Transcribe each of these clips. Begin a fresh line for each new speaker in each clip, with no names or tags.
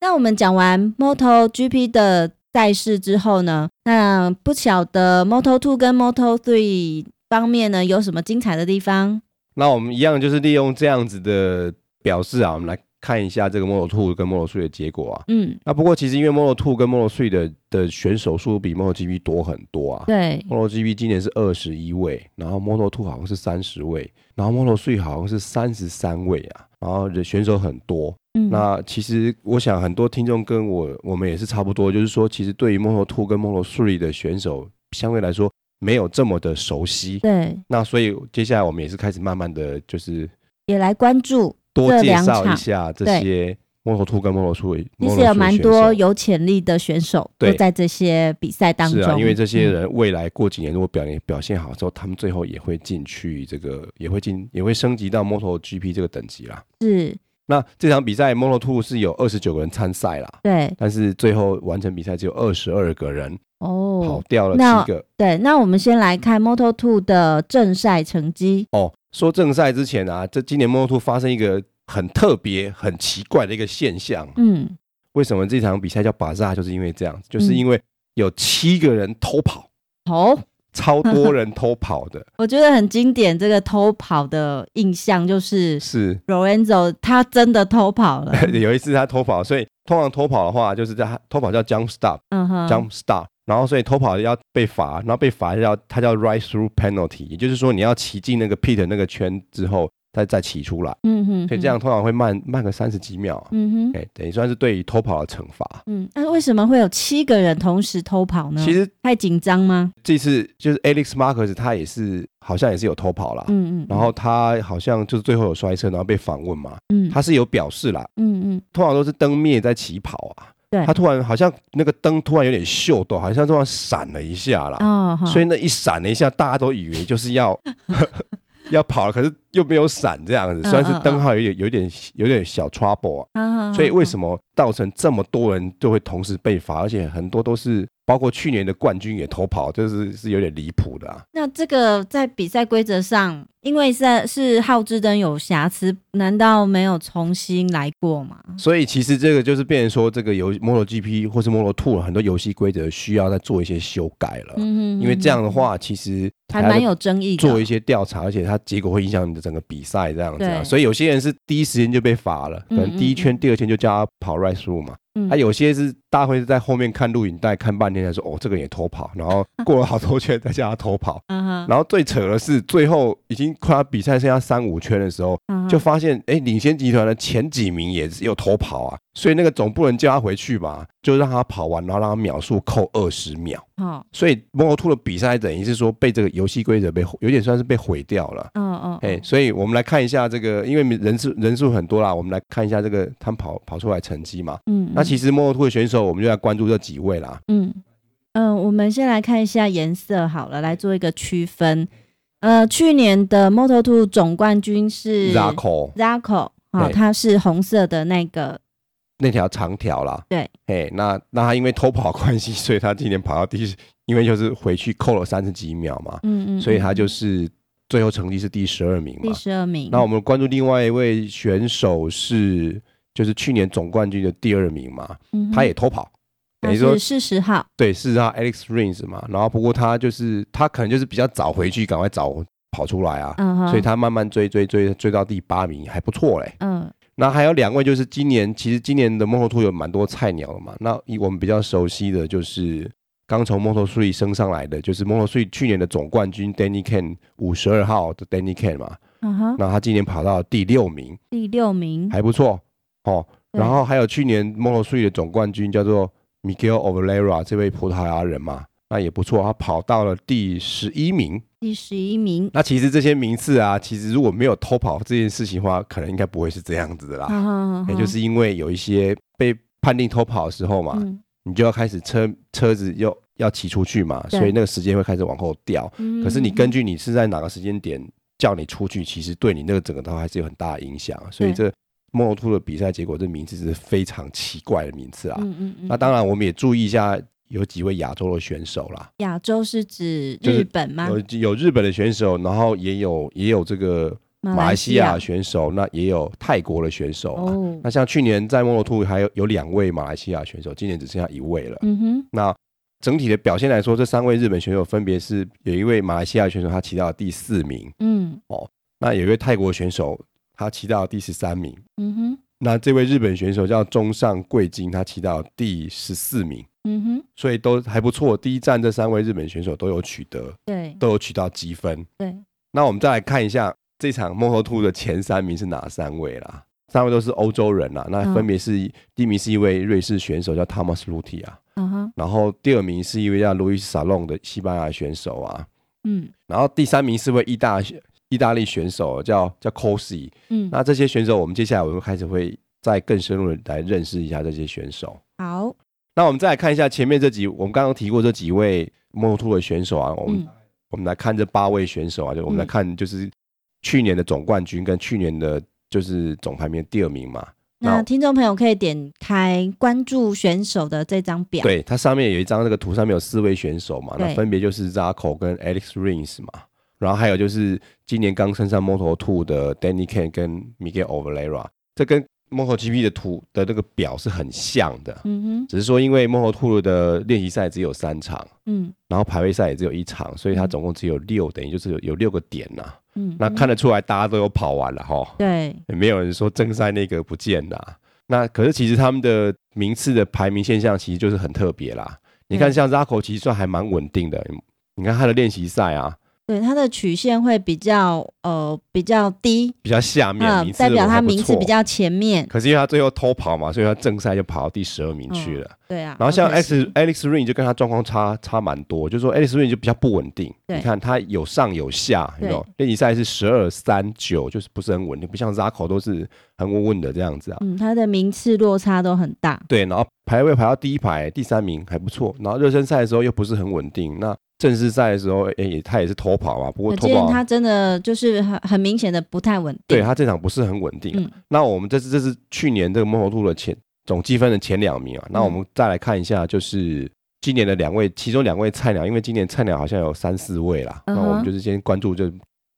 那我们讲完 Moto GP 的赛事之后呢，那不晓得 Moto Two 跟 Moto Three 方面呢有什么精彩的地方？
那我们一样就是利用这样子的表示啊，我们来看一下这个 Model Two 跟 Model Three 的结果啊。
嗯，
那不过其实因为 Model Two 跟 Model Three 的的选手数比 Model GP 多很多啊。
对，
Model GP 今年是二十一位，然后 Model Two 好像是三十位，然后 Model Three 好像是三十三位啊。然后人选手很多，
嗯，
那其实我想很多听众跟我我们也是差不多，就是说其实对于 Model Two 跟 Model Three 的选手相对来说没有这么的熟悉。
对，
那所以接下来我们也是开始慢慢的就是
也来关注，
多
这
介
两
绍一
场
下这
对
些 Model Two 跟 Model Three，
其实有蛮
Model
多
Three 选手
有潜力的选手
对
都在这些比赛当
是
中。
啊，因为这些
嗯
人未来过几年如果表现表现好之后，他们最后也会进去这个也会进也会升级到 Model GP 这个等级啦。
是
那这场比赛 Model Two 是有二十九个人参赛啦，
对
但是最后完成比赛只有二十二个人，跑
哦，
掉了
那
七个。
对。那我们先来看 Moto Two 的正赛成绩。
哦，说正赛之前啊，这今年 Model Two 发生一个很特别、很奇怪的一个现象。
嗯，
为什么这场比赛叫巴萨？就是因为这样子，就是
嗯
因为有七个人偷跑，
好，
超多人偷跑的，
我觉得很经典这个偷跑的印象就是
是
Lorenzo 他真的偷跑 了。
有一次他偷跑，所以通常偷跑的话，就是在偷跑叫 jump stop、
嗯哼，
jump stop，然后所以偷跑要被罚，然后被罚要它叫 r i g e through penalty，也就是说你要骑进那个 pit 那个圈之后，再再骑出来，
嗯哼，
所以这样，通常会慢慢个三十几秒啊，
嗯哼，
哎、等于算是对于偷跑的惩罚。
嗯，那为什么会有七个人同时偷跑呢？
其实
太紧张吗？
这次就是 Alex Marcus 他也是好像也是有偷跑啦，
嗯嗯，
啊然后他好像就是最后有摔车，然后被访问嘛，
嗯，
他是有表示啦，
嗯嗯
通常都是灯灭在起跑啊，
对
他突然好像那个灯突然有点秀逗，好像突然闪了一下啦，
哦，好
啊所以那一闪了一下，大家都以为就是 要要跑了，可是又没有闪这样子，
嗯
虽然是
嗯
灯号有点有点有点小 trouble 啊，
好好好
所以为
好
什么造成这么多人就会同时被罚，而且很多都是包括去年的冠军也偷跑，就是是有点离谱的啊。
那这个在比赛规则上，因为在是好之灯有瑕疵，难道没有重新来过吗？
所以其实这个就是变成说，这个游 MotoGP 或是 Moto Two 很多游戏规则需要再做一些修改了，
嗯哼
因为这样的话，其实
还
还要
蛮有争议的。
做一些调查，而且它结果会影响你的整个比赛这样子啊。
对
所以有些人是第一时间就被罚了，可
嗯
能第一圈、
嗯嗯
第二圈就叫他跑 right through 嘛。
嗯
啊，有些是大家会在后面看录影带看半天，才说哦，这个也偷跑，然 后过了好多圈再叫他偷跑。
嗯哼
然后最扯的是，最后已经快要比赛剩下三五圈的时候，
嗯哼，
就发现哎，诶领先集团的前几名也是有偷跑啊，所以那个总不能叫他回去吧，就让他跑完，然后让他秒数扣二十秒。
好，
所以 Moto 2的比赛等于是说被这个游戏规则被有点算是被毁掉了。
嗯嗯，
哎，
嗯
所以我们来看一下这个，因为人数人数很多啦，我们来看一下这个他们跑跑出来成绩嘛。
嗯，
那其
实
实 Moto 2的选手，我们就来关注这几位啦。
嗯嗯，我们先来看一下颜色好了，来做一个区分。呃，去年的 Moto Two 总冠军是
Zaco
Zarco，好，
对
他是红色的那个，
那条长条啦，
对，
哎，那那他因为偷跑关系，所以他今年跑到第一，因为就是回去扣了三十几秒嘛，
嗯嗯，
所以他
嗯
就是最后成绩是第十二名
第
嘛。
十嗯二名。
那我们关注另外一位选手是，就是去年总冠军的第二名嘛，
嗯哼
他也偷跑，
他
等于说
是四十号，
对，是他 Alex Rins 嘛，然后不过他就是他可能就是比较早回去，赶快早跑出来啊，
嗯哼，
所以他慢慢追追追追到第八名，还不错嘞。
嗯
那还有两位就是今年，其实今年的 Moto Two 有蛮多菜鸟的嘛。那以我们比较熟悉的就是刚从 Moto Three 升上来的，就是 Moto Three 去年的总冠军 Danny Can 五十二号的 Danny Can 嘛。
嗯哼，
那他今年跑到第六名，
第六名，
还不错哦。
对
然后还有去年 Moto Three 的总冠军叫做 Miguel Oliveira 这位葡萄牙人嘛，那也不错，他跑到了第十一名。
第十一名，
那其实这些名次啊，其实如果没有偷跑这件事情的话，可能应该不会是这样子的啦。
哈哈哈
也就是因为有一些被判定偷跑的时候嘛，
嗯
你就要开始车车子又要骑出去嘛，
对
所以那个时间会开始往后掉。
嗯
可是你根据你是在哪个时间点叫你出去，其实对你那个整个都还是有很大的影响。啊所以这 Moto 2的比赛结果，这名次是非常奇怪的名次啊。
嗯嗯嗯，
那当然，我们也注意一下有几位亚洲的选手啦，
亚洲是指
就是
日本吗？
有有日本的选手，然后也有也有这个马来西亚
亚
选手，那也有泰国的选手啊、
哦，
那像去年在 Moto Two 还有有两位马来西亚选手，今年只剩下一位了。
嗯哼，
那整体的表现来说，这三位日本选手分别是有一位马来西亚选手，他骑到第四名；
嗯
那有一位泰国选手，他骑到第十三名；
嗯哼，
那这位日本选手叫中上贵金，他骑到第十四名，
嗯哼，
所以都还不错。第一站这三位日本选手都有取得，
对
都有取到积分。
对，
那我们再来看一下这场 Moto Two 的前三名是哪三位啦？三位都是欧洲人啦，那分别是、第一名是一位瑞士选手叫 Thomas Lutti 啊，
嗯哼，
然后第二名是一位叫 Luis Salon 的西班牙选手啊，
嗯
然后第三名是位意大意大利选手叫叫 Cosi。
嗯，
那这些选手，我们接下来我们开始会再更深入的来认识一下这些选手。
好，
那我们再来看一下前面这几，我们刚刚提过这几位 Moto 2的选手啊，我们、
嗯
我们来看这八位选手啊，就我们来
嗯
看就是去年的总冠军跟去年的就是总排名第二名嘛。那
那听众朋友可以点开关注选手的这张表，
对，它上面有一张那个图，上面有四位选手嘛，
对
那分别就是 Zarco 跟 Alex Rins 嘛，然后还有就是今年刚升上 Moto 2的 Danny Can 跟 Miguel Oliveira，这跟 MotoGP 的图的那个表是很像的，
嗯哼，
只是说因为 Moto 2的练习赛只有三场。
嗯
然后排位赛也只有一场，所以它
嗯
总共只有六，等于就是有有六个点呐、
嗯，
那
嗯
看得出来大家都有跑完了哈，
对，
也没有人说正赛那个不见啦。那可是其实他们的名次的排名现象其实就是很特别啦。你看
对
像 Zaco 其实算还蛮稳定的，你看他的练习赛啊
对，它的曲线会比较呃比较低，
比较下面，
嗯，
名次
代表它
他
名次比。较前面，
可是因为他最后偷跑嘛，所以他正赛就跑到第十二名去了。
对啊。
然后像
好可惜
Alex Alex Rain 就跟他状况差差蛮多，就是说 Alex Rain 就比较不稳定。
对
你看他有上有下，有
对
没有？练习赛是十二三九，就是不是很稳定，不像 Zaco 都是很稳稳的这样子啊。
嗯，它的名次落差都很大，
对，然后排位排到第一排第三名还不错，然后热身赛的时候又不是很稳定，那正式赛的时候，哎、也他也是偷跑啊嘛，不过
可
偷
见
跑
它真的就是很很明显的不太稳定。
对他这场不是很稳定啊、
嗯
那我们这是这是去年这个摩托兔的前总积分的前两名啊。那
嗯
我们再来看一下，就是今年的两位，其中两位菜鸟，因为今年菜鸟好像有三四位啦。
嗯
那
哼
我们就是先关注就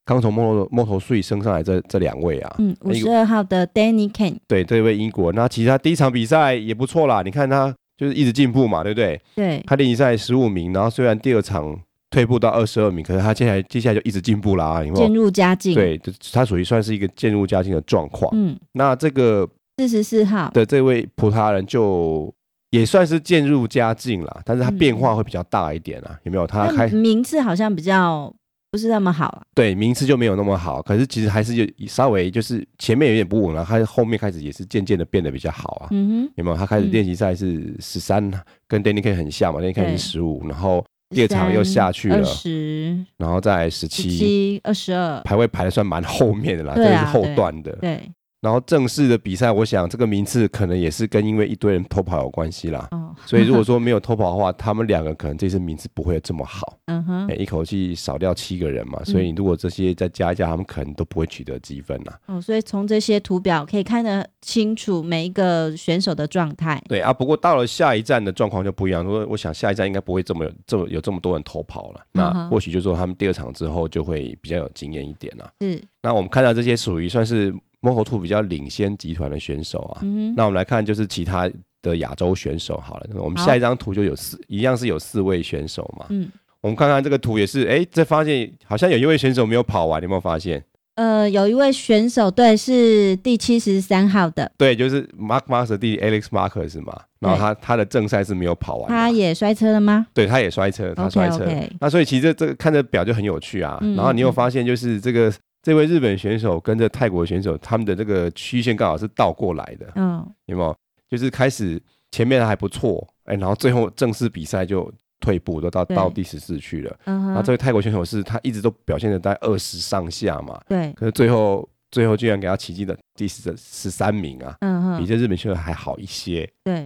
刚从摩托摩托税升上来这这两位啊。
嗯，五十二号的 Danny Kane，
对，这位英国，那其实他第一场比赛也不错啦，你看他就是一直进步嘛，对不对？
对
他练习赛十五名，然后虽然第二场退步到二十二名，可是他接下来接下来就一直进步啦，有没
渐
有？
入佳境。，
对，这他属于算是一个渐入佳境的状况。
嗯，
那这个
四十四号，
的这位葡萄牙人就也算是渐入佳境啦，但是他
嗯
变化会比较大一点啊，有没有？他
那
开
名次好像比较不是那么好啊。
对名次就没有那么好，可是其实还是有稍微就是前面有点不稳了，啊他后面开始也是渐渐的变得比较好啊，
嗯
有没有？他开始
嗯
练习赛是十三、跟 Danny K 很像嘛，Danny K
对
是十五，然后
哼，
第二场又下去了
二十
然后再十七，
七、二十 二，
排位排的算蛮后面的啦，这
对
个
啊
是后段的。
对，
然后正式的比赛，我想这个名次可能也是跟因为一堆人偷跑有关系啦。
哦，
所以如果说没有偷跑的话，他们两个可能这次名次不会这么好，
嗯
哎、
哼，
一口气少掉七个人嘛，所以如果这些再加一加，他们可能都不会取得积分啦。
哦，所以从这些图表可以看得清楚每一个选手的状态。
对啊，不过到了下一站的状况就不一样，说我想下一站应该不会这么有这么有这么多人偷跑了，
嗯
那
哼
或许就说他们第二场之后就会比较有经验一点啦。
是，
那我们看到这些属于算是 Moto 2比较领先集团的选手啊，
嗯哼，
那我们来看就是其他的亚洲选手好了，我们
好
下一张图就有四一样是有四位选手嘛，
嗯，
我们看看这个图也是，哎，这发现好像有一位选手没有跑完，你有没有发现？
呃，有一位选手，对，是第七十三号的，
对，就是 Mark Marks 的弟弟 Alex Marks 嘛，然后他他的正赛是没有跑完的，
他也摔车了吗？
对，他也摔车，他摔车。
啊 OK，OK
那所以其实这这个看这表就很有趣啊。
嗯
然后你有发现就是这个这位日本选手跟这泰国选手他们的这个曲线刚好是倒过来的，
嗯，
有没有？就是开始前面还不错，哎，然后最后正式比赛就退步，都到
对
到第十四去了。
嗯
那
哼，
这位泰国选手是他一直都表现的在二十上下嘛，
对，
可是最后最后居然给他奇迹的第十十三名啊，
嗯
比
哼，
这日本选手还好一些。
对，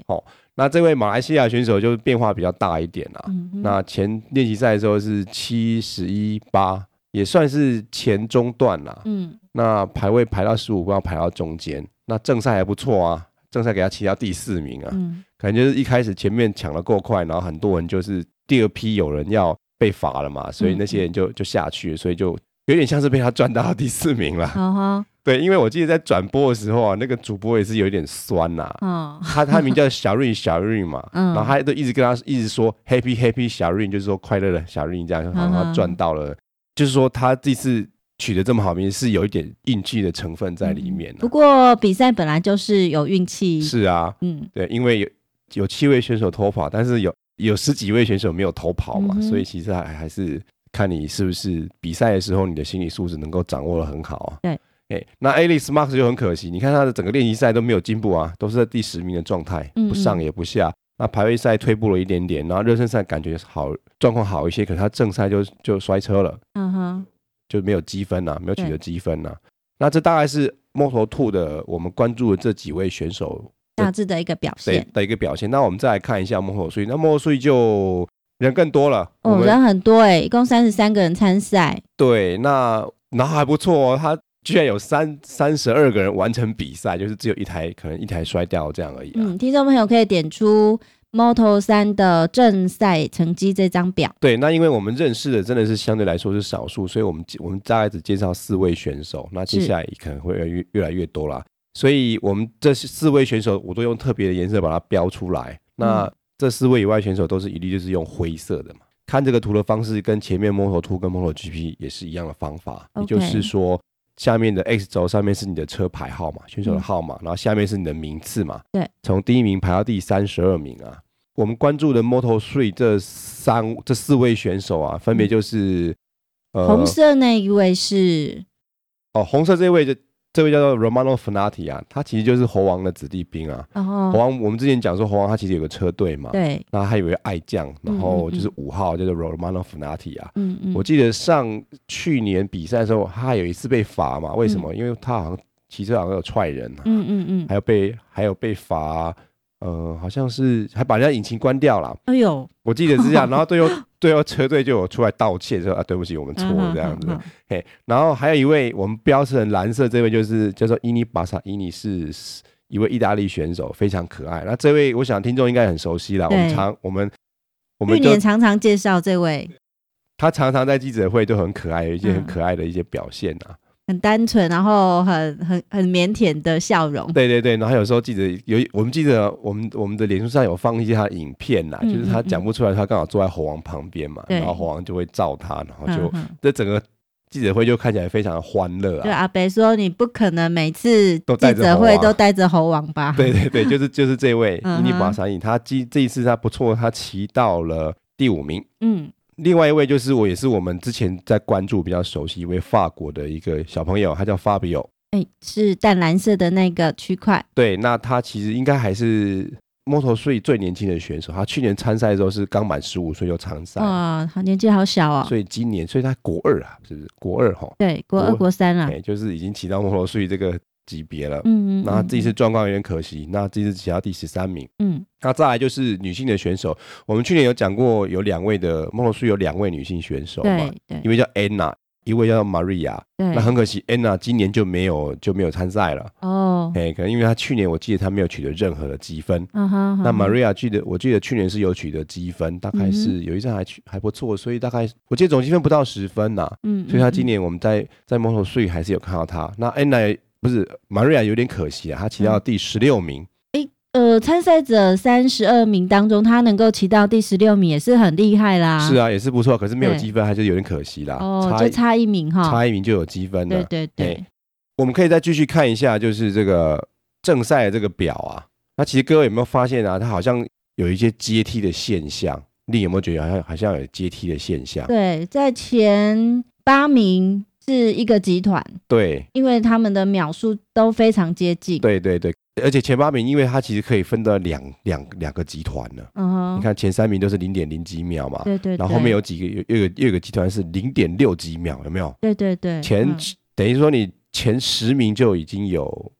那这位马来西亚选手就是变化比较大一点啊。
嗯哼，
那前练习赛的时候是七十一八，也算是前中段啊啦、
嗯，
那排位排到十五，不要排到中间。那正赛还不错啊，正赛给他骑到第四名啊，
嗯，
感觉就是一开始前面抢的够快，然后很多人就是第二批有人要被罚了嘛，所以那些人就就下去了，所以就有点像是被他赚到第四名了。
好哈，
对，因为我记得在转播的时候啊，那个主播也是有一点酸呐、
哦，
他他名叫小瑞小瑞嘛，
嗯
然后他都一直跟他一直说 happy happy 小瑞，就是说快乐的小瑞这
嗯
样，好像他赚到了，就是说他这次取得这么好名是有一点运气的成分在里面、啊
嗯不过比赛本来就是有运气，
是啊，
嗯，
对，因为有有七位选手偷跑，但是有有十几位选手没有偷跑嘛，
嗯哼
所以其实还还是看你是不是比赛的时候你的心理素质能够掌握的很好啊。
对。
哎，那 Alex Max 就很可惜，你看他的整个练习赛都没有进步啊，都是在第十名的状态，
嗯嗯
不上也不下。那排位赛退步了一点点，然后热身赛感觉好，状况好一些，可是他正赛就就摔车了，
嗯哼，
就没有积分啊呐、没有取得
对
积分呐、那这大概是 Moto Two 的我们关注的这几位选手
大致的一个表
对
现。
的一个表现。那我们再来看一下幕后税，那幕后税就人更多了，我
哦，
们
人很多哎，一共三十三个人参赛，
对那然后还不错哦，他居然有三三十二个人完成比赛，就是只有一台可能一台摔掉这样而已、啊。
嗯，听众朋友可以点出 Moto 三的正赛成绩这张表，
对，那因为我们认识的真的是相对来说是少数，所以我们我们大概只介绍四位选手，那接
是
下来可能会越来越越来越多啦。所以我们这四位选手，我都用特别的颜色把它标出来。那
嗯
这四位以外选手都是一律就是用灰色的嘛。看这个图的方式跟前面 Moto 2跟 Moto GP 也是一样的方法，也就
OK
是说下面的 X 轴上面是你的车牌号码、选手的
嗯
号码，然后下面是你的名次嘛。
对，
从第一名排到第三十二名啊。我们关注的 Moto Three 这三这四位选手啊，分别就是、呃
红色那一位是
哦红色这位就这位叫做 Romano Fanati 啊，他其实就是猴王的子弟兵啊。
然后
猴王我们之前讲说猴王他其实有个车队嘛，
哦对，
那他有一个爱将，然
嗯嗯
后就是五号叫做 Romano Fanati 啊。
嗯嗯，
我记得上去年比赛的时候，他有一次被罚嘛，为什么？因为他好像骑车好像有踹人、啊，
嗯嗯嗯，
还有被还有被罚，呃，好像是还把人家引擎关掉了。
哎呦，
我记得是这样，然 后最后最后车队就有出来道歉说啊，对不起，我们错了
嗯
这样子。，
嗯嗯嗯
嘿，然后还有一位我们标示成蓝色这位就是叫做伊尼巴萨伊尼是一位意大利选手，非常可爱。那这位我想听众应该很熟悉啦，我
对
们常我们我
去
们就
年常常介绍这位，
他常常在记者会都很可爱，有一些很
嗯
可爱的一些表现啊。
很单纯，然后很很很腼腆的笑容，
对对对，然后有时候记者有我们记得我们我们的脸书上有放一些他的影片啦，
嗯
就是他讲不出来，他刚好坐在猴王旁边嘛，
对
然后猴王就会照他，然后就。
嗯嗯
这整个记者会就看起来非常的欢乐
就
啊。
阿北说，你不可能每次
都带
记
着
者
猴
会
王
都带着猴王吧？
对对对，就是就是这位伊
嗯哼
尼巴沙伊，他这这一次他不错，他骑到了第五名。
嗯，
另外一位就是我，也是我们之前在关注比较熟悉一位法国的一个小朋友，他叫 Fabio。
哎，是淡蓝色的那个区块，
对，那他其实应该还是 Moto 3最年轻的选手，他去年参赛的时候是刚满十五岁就参赛，
哇，好年纪好小哦。
所以今年，所以他国二啊，是不是国二哈？
对，国二
国
国三啦
哎、。就是已经骑到 Moto 3这个级别了。
啊嗯嗯，
那
嗯
这一次状况有点可惜，那这一次骑到第十三名。
嗯
那再来就是女性的选手，我们去年有讲过有两位的摩托术有两位女性选手嘛
对，对
一位叫 Anna，一位叫 Maria。
对
那很可惜，Anna 今年就没有就没有参赛了，
哦，
哎、可能因为她去年我记得她没有取得任何的积分。
嗯哼，
那
嗯哼
Maria 记得我记得去年是有取得积分，大概是有一站还取还不错，所以大概我记得总积分不到十分呐、
嗯，
所以她今
年
年我们在在摩托术还是有看到她。那 Anna 不是 Maria 有点可惜啊，她骑到
嗯
第十六名。
呃参赛者三十二名当中，他能够骑到第十六名也是很厉害啦。
是，啊，也是不错，可是没有
对
积分还是有点可惜啦。
哦，
差
就
一
差一名哈。
差一名就有积分
对
了。
对对，
我们可以再继续看一下，就是这个正赛的这个表啊。那其实各位有没有发现啊？它好像有一些阶梯的现象，你有没有觉得好像好像有阶梯的现象？
对，在前八名是一个集团，
对
因为他们的秒数都非常接近。，
对对对，而且前八名，因为它其实可以分到两两两个集团呢。
嗯哼，
你看前三名都是零点零几秒嘛，
对对，
然后后面
对
有几个有有有有一个集团是零点六几秒，有没有？
对对对
前、
嗯
等于说你前十名就已经有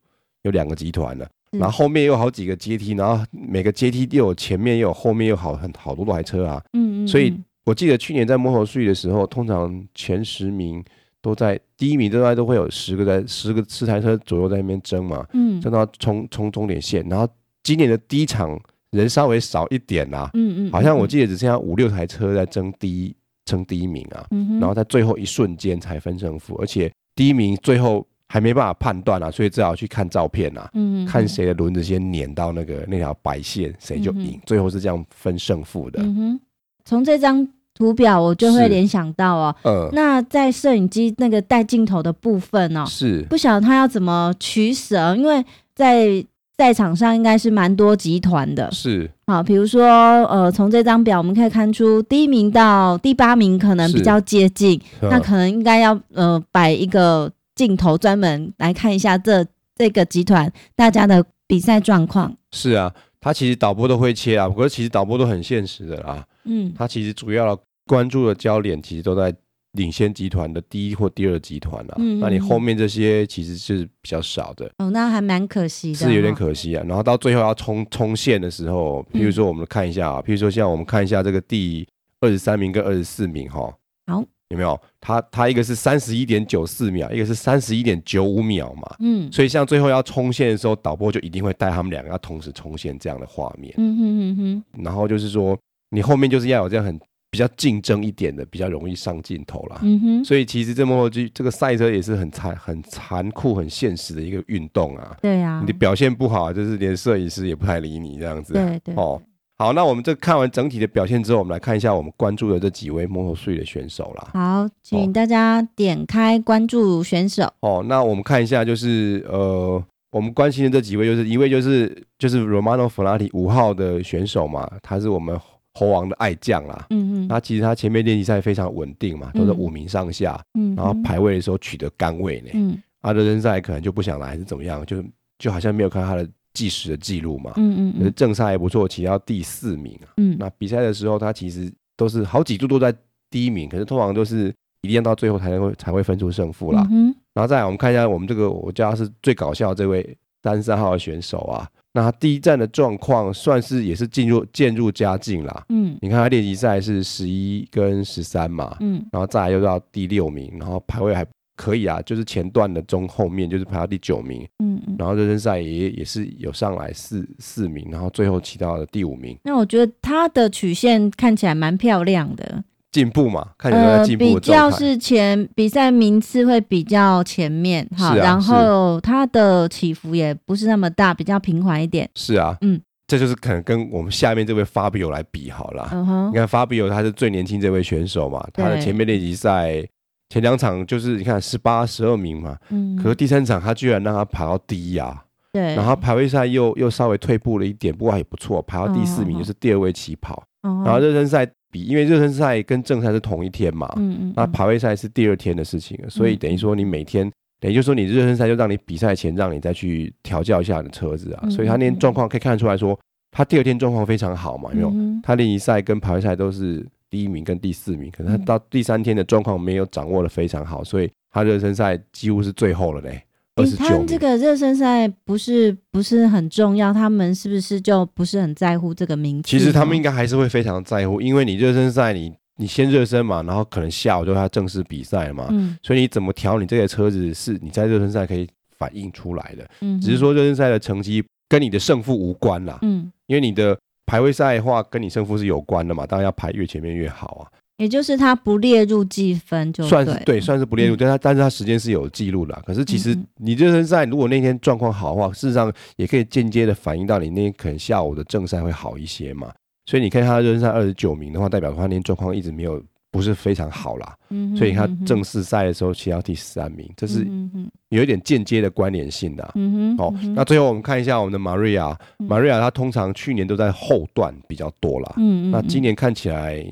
有两个集团了，
是
然后后面又有好几个阶梯，然后每个阶梯又有前面又有后面又有好很好多台车啊。
嗯嗯，
所以
嗯
我记得去年在摩托税的时候，通常前十名都在第一名都在都会有十个在十个十台车左右在那边争嘛，
嗯
争到冲冲终点线。然后今年的第一场人稍微少一点啦、啊
嗯嗯，
好像
嗯
我记得只剩下五六台车在争第一争第一名啊，
嗯哼，
然后在最后一瞬间才分胜负，而且第一名最后还没办法判断啊，所以只好去看照片啊，
嗯
看，谁的轮子先碾到那个那条白线，谁就
嗯哼
赢，最后是这样分胜负的。
嗯哼，从这张图表我就会
是
联想到哦，
呃，
那在摄影机那个带镜头的部分哦，
是
不晓得他要怎么取舍，因为在赛场上应该是蛮多集团的。
是
好，比如说呃，从这张表我们可以看出，第一名到第八名可能
是
比较接近，那
呃
可能应该要呃摆一个镜头专门来看一下这这个集团大家的比赛状况。
是啊，他其实导播都会切啊，可是其实导播都很现实的啦，
嗯
他其实主要关注的焦点其实都在领先集团的第一或第二集团啊，
嗯嗯
那你
嗯
后面这些其实是比较少的。
哦，那还蛮可惜的，
是有点。可惜啊。然后到最后要冲冲线的时候，
嗯
比如说我们看一下啊，比如说像我们看一下这个第二十三名跟二十四名哈，
好，
有没有？它它一个是三十一点九四秒，一个是三十一点九五秒嘛。
嗯
所以像最后要冲线的时候，导播就一定会带他们两个要同时冲线这样的画面。
嗯哼嗯哼，
然后就是说，你后面就是要有这样很比较竞争一点的，比较容易上镜头啦。
嗯哼，
所以其实这摩托车这个赛车也是很残、很残酷、很现实的一个运动啊。
对呀、啊
你的，表现不好，就是连摄影师也不太理你这样子。
对对
哦，好，那我们这看完整体的表现之后，我们来看一下我们关注的这几位 m o t o 的选手啦。
好，请大家点开关注选手。
哦，那我们看一下，就是呃，我们关心的这几位，就是一位就是就是 Romano Ferrari 五号的选手嘛，他是我们猴王的爱将啦。
嗯嗯
他其实他前面练习赛非常稳定嘛，都是五名上下，
嗯，
然后排位的时候取得杆位呢。
嗯
他的人赛可能就不想来，还是怎么样，就就好像没有看他的计时的记录嘛。
嗯
可是
嗯
正赛还不错，骑到第四名啊。
嗯嗯
那比赛的时候，他其实都是好几度都在第一名，可是通常都是一定要到最后才能会才会分出胜负啦。
嗯
然后再来，我们看一下我们这个我叫他是最搞笑的这位三十三号的选手啊。那他第一站的状况算是也是进入渐入佳境啦。
嗯
你看他练习赛是十一跟十三嘛，
嗯
然后再来又到第六名，然后排位还可以啊，就是前段的中后面就是排到第九名，
嗯嗯。
然后热身赛也也是有上来四四名，然后最后骑到了第五名，
那我觉得他的曲线看起来蛮漂亮的，
进步嘛，看起来都在进步
呃比
的
较
状态。
是前比赛名次会比较前面哈，
是啊
然后它的起伏也不是那么大，比较平缓一点。
是啊，
嗯，
这就是可能跟我们下面这位 Fabio 来比好了。
嗯
你
哼，
看 Fabio 他是最年轻这位选手嘛，他的
对
前面练习赛前两场就是你看十八、十二名嘛，
嗯，
可是第三场他居然让他爬到第一啊，
对，
然后排位赛又又稍微退步了一点，不过还不错，排到第四
嗯嗯嗯
名，就是第二位起跑。
嗯哼
然后热身赛比，因为热身赛跟正赛是同一天嘛，
嗯嗯，
那
嗯
排位赛是第二天的事情了，所以
嗯
等于说你每天，等于就说你热身赛就让你比赛前让你再去调教一下你的车子啊，
嗯
所以他
嗯
那天
嗯
状况可以看得出来说，他第二天状况非常好嘛，有没有？
嗯哼
他练习赛跟排位赛都是第一名跟第四名，可能他
嗯
到第三天的状况没有掌握的非常好，所以他热身赛几乎是最后了嘞，二
诶
十
他
九
们这
名。
个热身赛不是不是很重要，他们是不是就不是很在乎这个名次呢？
其实他们应该还是会非常在乎，因为你热身赛你你先热身嘛，然后可能下午就要正式比赛嘛，
嗯
所以你怎么调你这个车子是你在热身赛可以反映出来的，
嗯，
只是说热身赛的成绩跟你的胜负无关啦，
嗯，
因为你的排位赛的话跟你胜负是有关的嘛，当然要排越前面越好
也就是他不列入计分就
啊，算
哦对
是
了
对，算是不列入，但它但是它时间是有记录的啊，可是其实
嗯嗯
你热身赛如果那天状况好的话，事实上也可以间接的反映到你那天可能下午的正赛会好一些嘛，所以你看他热身赛二十九名的话，代表他那天状况一直没有不是非常好啦，
嗯哼
所以他
嗯哼
正式赛的时候骑到第十三名，这是
嗯哼
有一点间接的关联性的啊、
嗯哼，
哦
嗯哼，
那最后我们看一下我们的玛瑞亚，
嗯
玛瑞亚她通常去年都在后段比较多啦，
嗯嗯，
那
嗯
今年看起来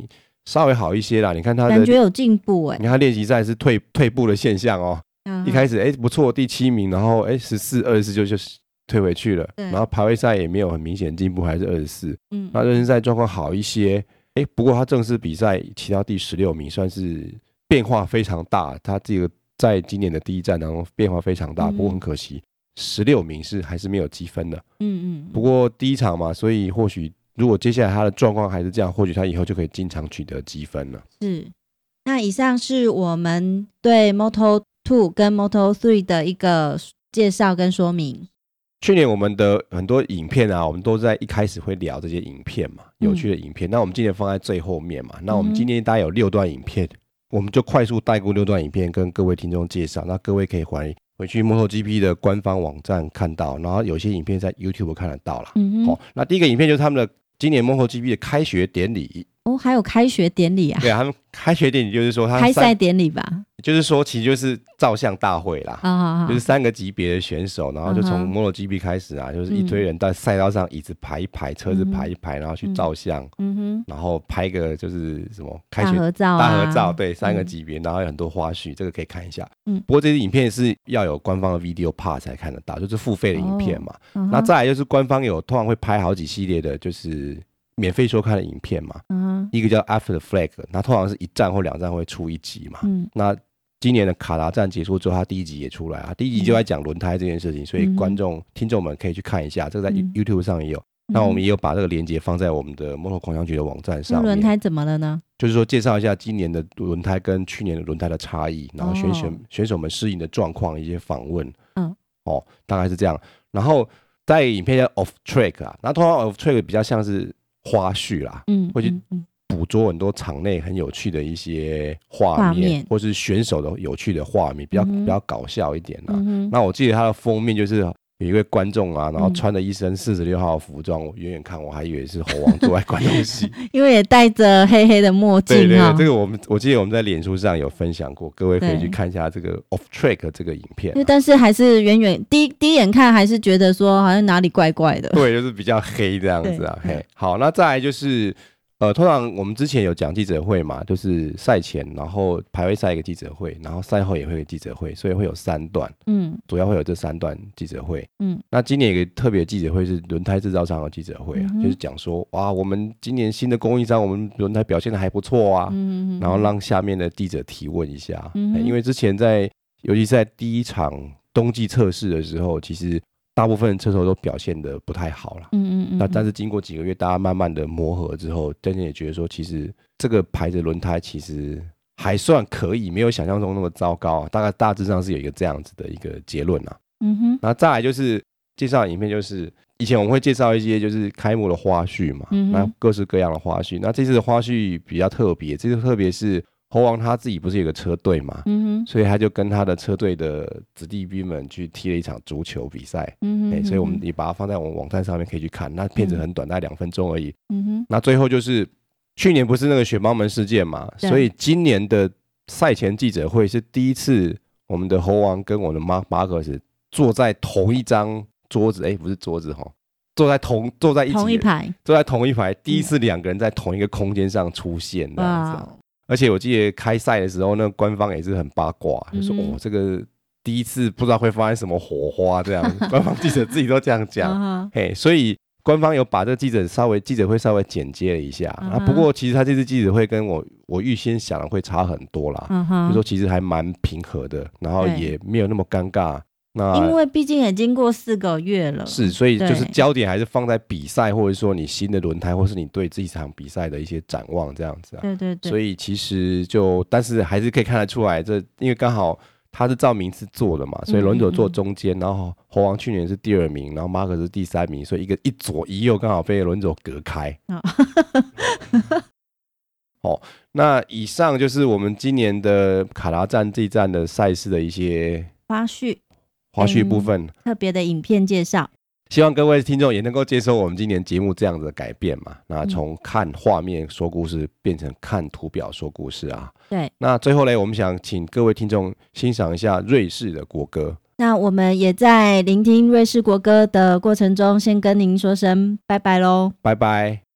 稍微好一些啦。你看她的，
感觉
你
有进步哎，
看她练习赛是退退步的现象哦，一开
始
始哎不错，第七名，然后哎十四、二十四就就是退回去了，
对
然后排位赛也没有很明显进步，还是二十四。
嗯
那热身赛状况好一些，哎，不过她正式比赛骑到第十六名，算是变化非常大。她这个在今年的第一站当中变化非常大，
嗯
不过很可惜，十六名是还是没有积分的。
嗯嗯，
不过第一场嘛，所以或许如果接下来她的状况还是这样，或许她以后就可以经常取得积分了。
是。那以上是我们对 Moto Two 跟 Moto Three 的一个介绍跟说明。
去年我们的很多影片啊，我们都在一开始会聊这些影片嘛，
嗯
有趣的影片。那我们今年放在最后面嘛，那我们今天大概有六段影片，我们就快速带过六段影片，跟各位听众介绍。那各位可以回回去 MotoGP 的官方网站看到，然后有些影片在 YouTube 看得到啦。
嗯
好、
哼，
那第一个影片就是他们的今年 MotoGP 的开学典礼。
哦，还有开学典礼啊，
对啊，他们开学典礼就是说他
开
们三
赛，典礼吧？
就是说其实就是照相大会啦。
啊啊啊
就是三个级别的选手，然后
嗯
就从
哼嗯
MotoGP 开始啊，就是一堆人到赛道上，椅子排一排，车子排一排，然后去照相，
嗯哼，
然后拍个就是什么开
大
学
合照啊，
大合照，对，三个
嗯
级别，然后有很多花絮，这个可以看一下。
嗯
不过这些影片是要有官方的 video part 才看得到，就是付费的影片嘛。
嗯哼，
那再来就是官方有通常会拍好几系列的，就是免费收看的影片嘛。
嗯哼
一个叫 After the Flag，那通常是一站或两站会出一集嘛。
嗯
那今年的卡达站结束之后，它第一集也出来啊，第一集就在讲轮胎这件事情，所以
嗯
观众、听众们可以去看一下，这个在
嗯
You- YouTube 上也有。那我们
嗯
也有把这个链接放在我们的摩托狂想局的网站
那
上
嗯轮
面，
胎怎么了呢？
就是说介绍一下今年的轮胎跟去年的轮胎的差异，然后选手、
哦
选手们适应的状况，一些访问，
嗯，
哦，大概是这样。然后在影片叫 Off Track 啊，那通常 Off Track 比较像是花絮啦，
嗯，
会去
嗯嗯
捕捉很多场内很有趣的一些画
画
面，
面
或是选手的有趣的画面，比较、
嗯哼
比较搞笑一点啊。
嗯哼
那我记得他的封面就是有一位观众啊，然后
嗯
穿着一身四十六号的服装，我远远看我还以为是猴王坐在观众 席。
因为也戴着黑黑的墨镜
对对
哈、
对，这个我们我记得我们在脸书上有分享过，各位可以
对
去看一下这个 Off Track 这个影片
因为
啊、
但是还是远远第一第一眼看还是觉得说好像哪里怪怪 的，
对，就是比较黑这样子啊。
对
嘿，好，那再来就是。呃，通常我们之前有讲记者会嘛，就是赛前，然后排位赛一个记者会，然后赛后也会有记者会，所以会有三段，
嗯
主要会有这三段记者会。
嗯，
那今年有一个特别记者会是轮胎制造商的记者会啊，
嗯哼
就是讲说，哇，我们今年新的供应商，我们轮胎表现的还不错啊，
嗯，
然后让下面的记者提问一下，
嗯哼
因为之前在尤其是在第一场冬季测试的时候，其实大部分车手都表现的不太好啦。
嗯嗯嗯，
那但
是
是经过几个月，大家慢慢的磨合之后，教练也觉得说，其实这个牌子轮胎其实还算可以，没有想象中那么糟糕啊。大概大致上是有一个这样子的一个结论啊。
嗯哼
那再来就是介绍影片，就是以前我们会介绍一些就是开幕的花絮嘛，
嗯哼
那各式各样的花絮。那这次的花絮比较特别，这次特别是猴王他自己不是有个车队嘛，
嗯哼
所以他就跟他的车队的子弟兵们去踢了一场足球比赛。
嗯哼，
哎、所以我们
嗯
也把它放在我们网站上面可以去看。那片子很短，大概两分钟而已。
嗯哼
那最后就是去年不是那个雪猫门事件嘛，
对
所以今年的赛前记者会是第一次，我们的猴王跟我们的马马克斯坐在同一张桌子，哎、不是桌子哈，坐在同坐在一起，
嗯同一排，嗯
坐在同一排，第一次两个人在同一个空间上出现这样子啊、
哇，
而且我记得开赛的时候，那官方也是很八卦，就说、
嗯哼
哦，这个第一次不知道会发生什么火花 这样，官方记者自己都这样讲。
啊哈
嘿，所以官方有把这记者稍微记者会稍微简介了一下、啊。
嗯哼
不过其实他这次记者会跟我我预先想的会差很多啦，
啊哈
就说其实还蛮平和的，然后
对
也没有那么尴尬。
因
那
为毕竟也经过四个月了，
呃是，所以就是
对
焦点还是放在比赛，或者说你新的轮胎，或是你对这一场比赛的一些展望这样子啊。
对对对，
所
以
以其实就，但是还是可以看得出来，这因为刚好他是照名次做的嘛，所以轮
嗯
轴
嗯嗯
坐中间，然后猴王去年是第二名，然后马可是第三名，所以一个一左一右刚好被轮轴隔开。
哦
哦，那以上就是我们今年的卡达站这一站的赛事的一些
花絮
花絮部分，
特别的影片介绍，
希望各位听众也能够接受我们今年节目这样子的改变嘛。那
嗯
从看画面说故事变成看图表说故事啊。
对，
那最后嘞，我们想请各位听众欣赏一下瑞士的国歌。
那我们也在聆听瑞士国歌的过程中，先跟您说声拜拜喽。
拜拜。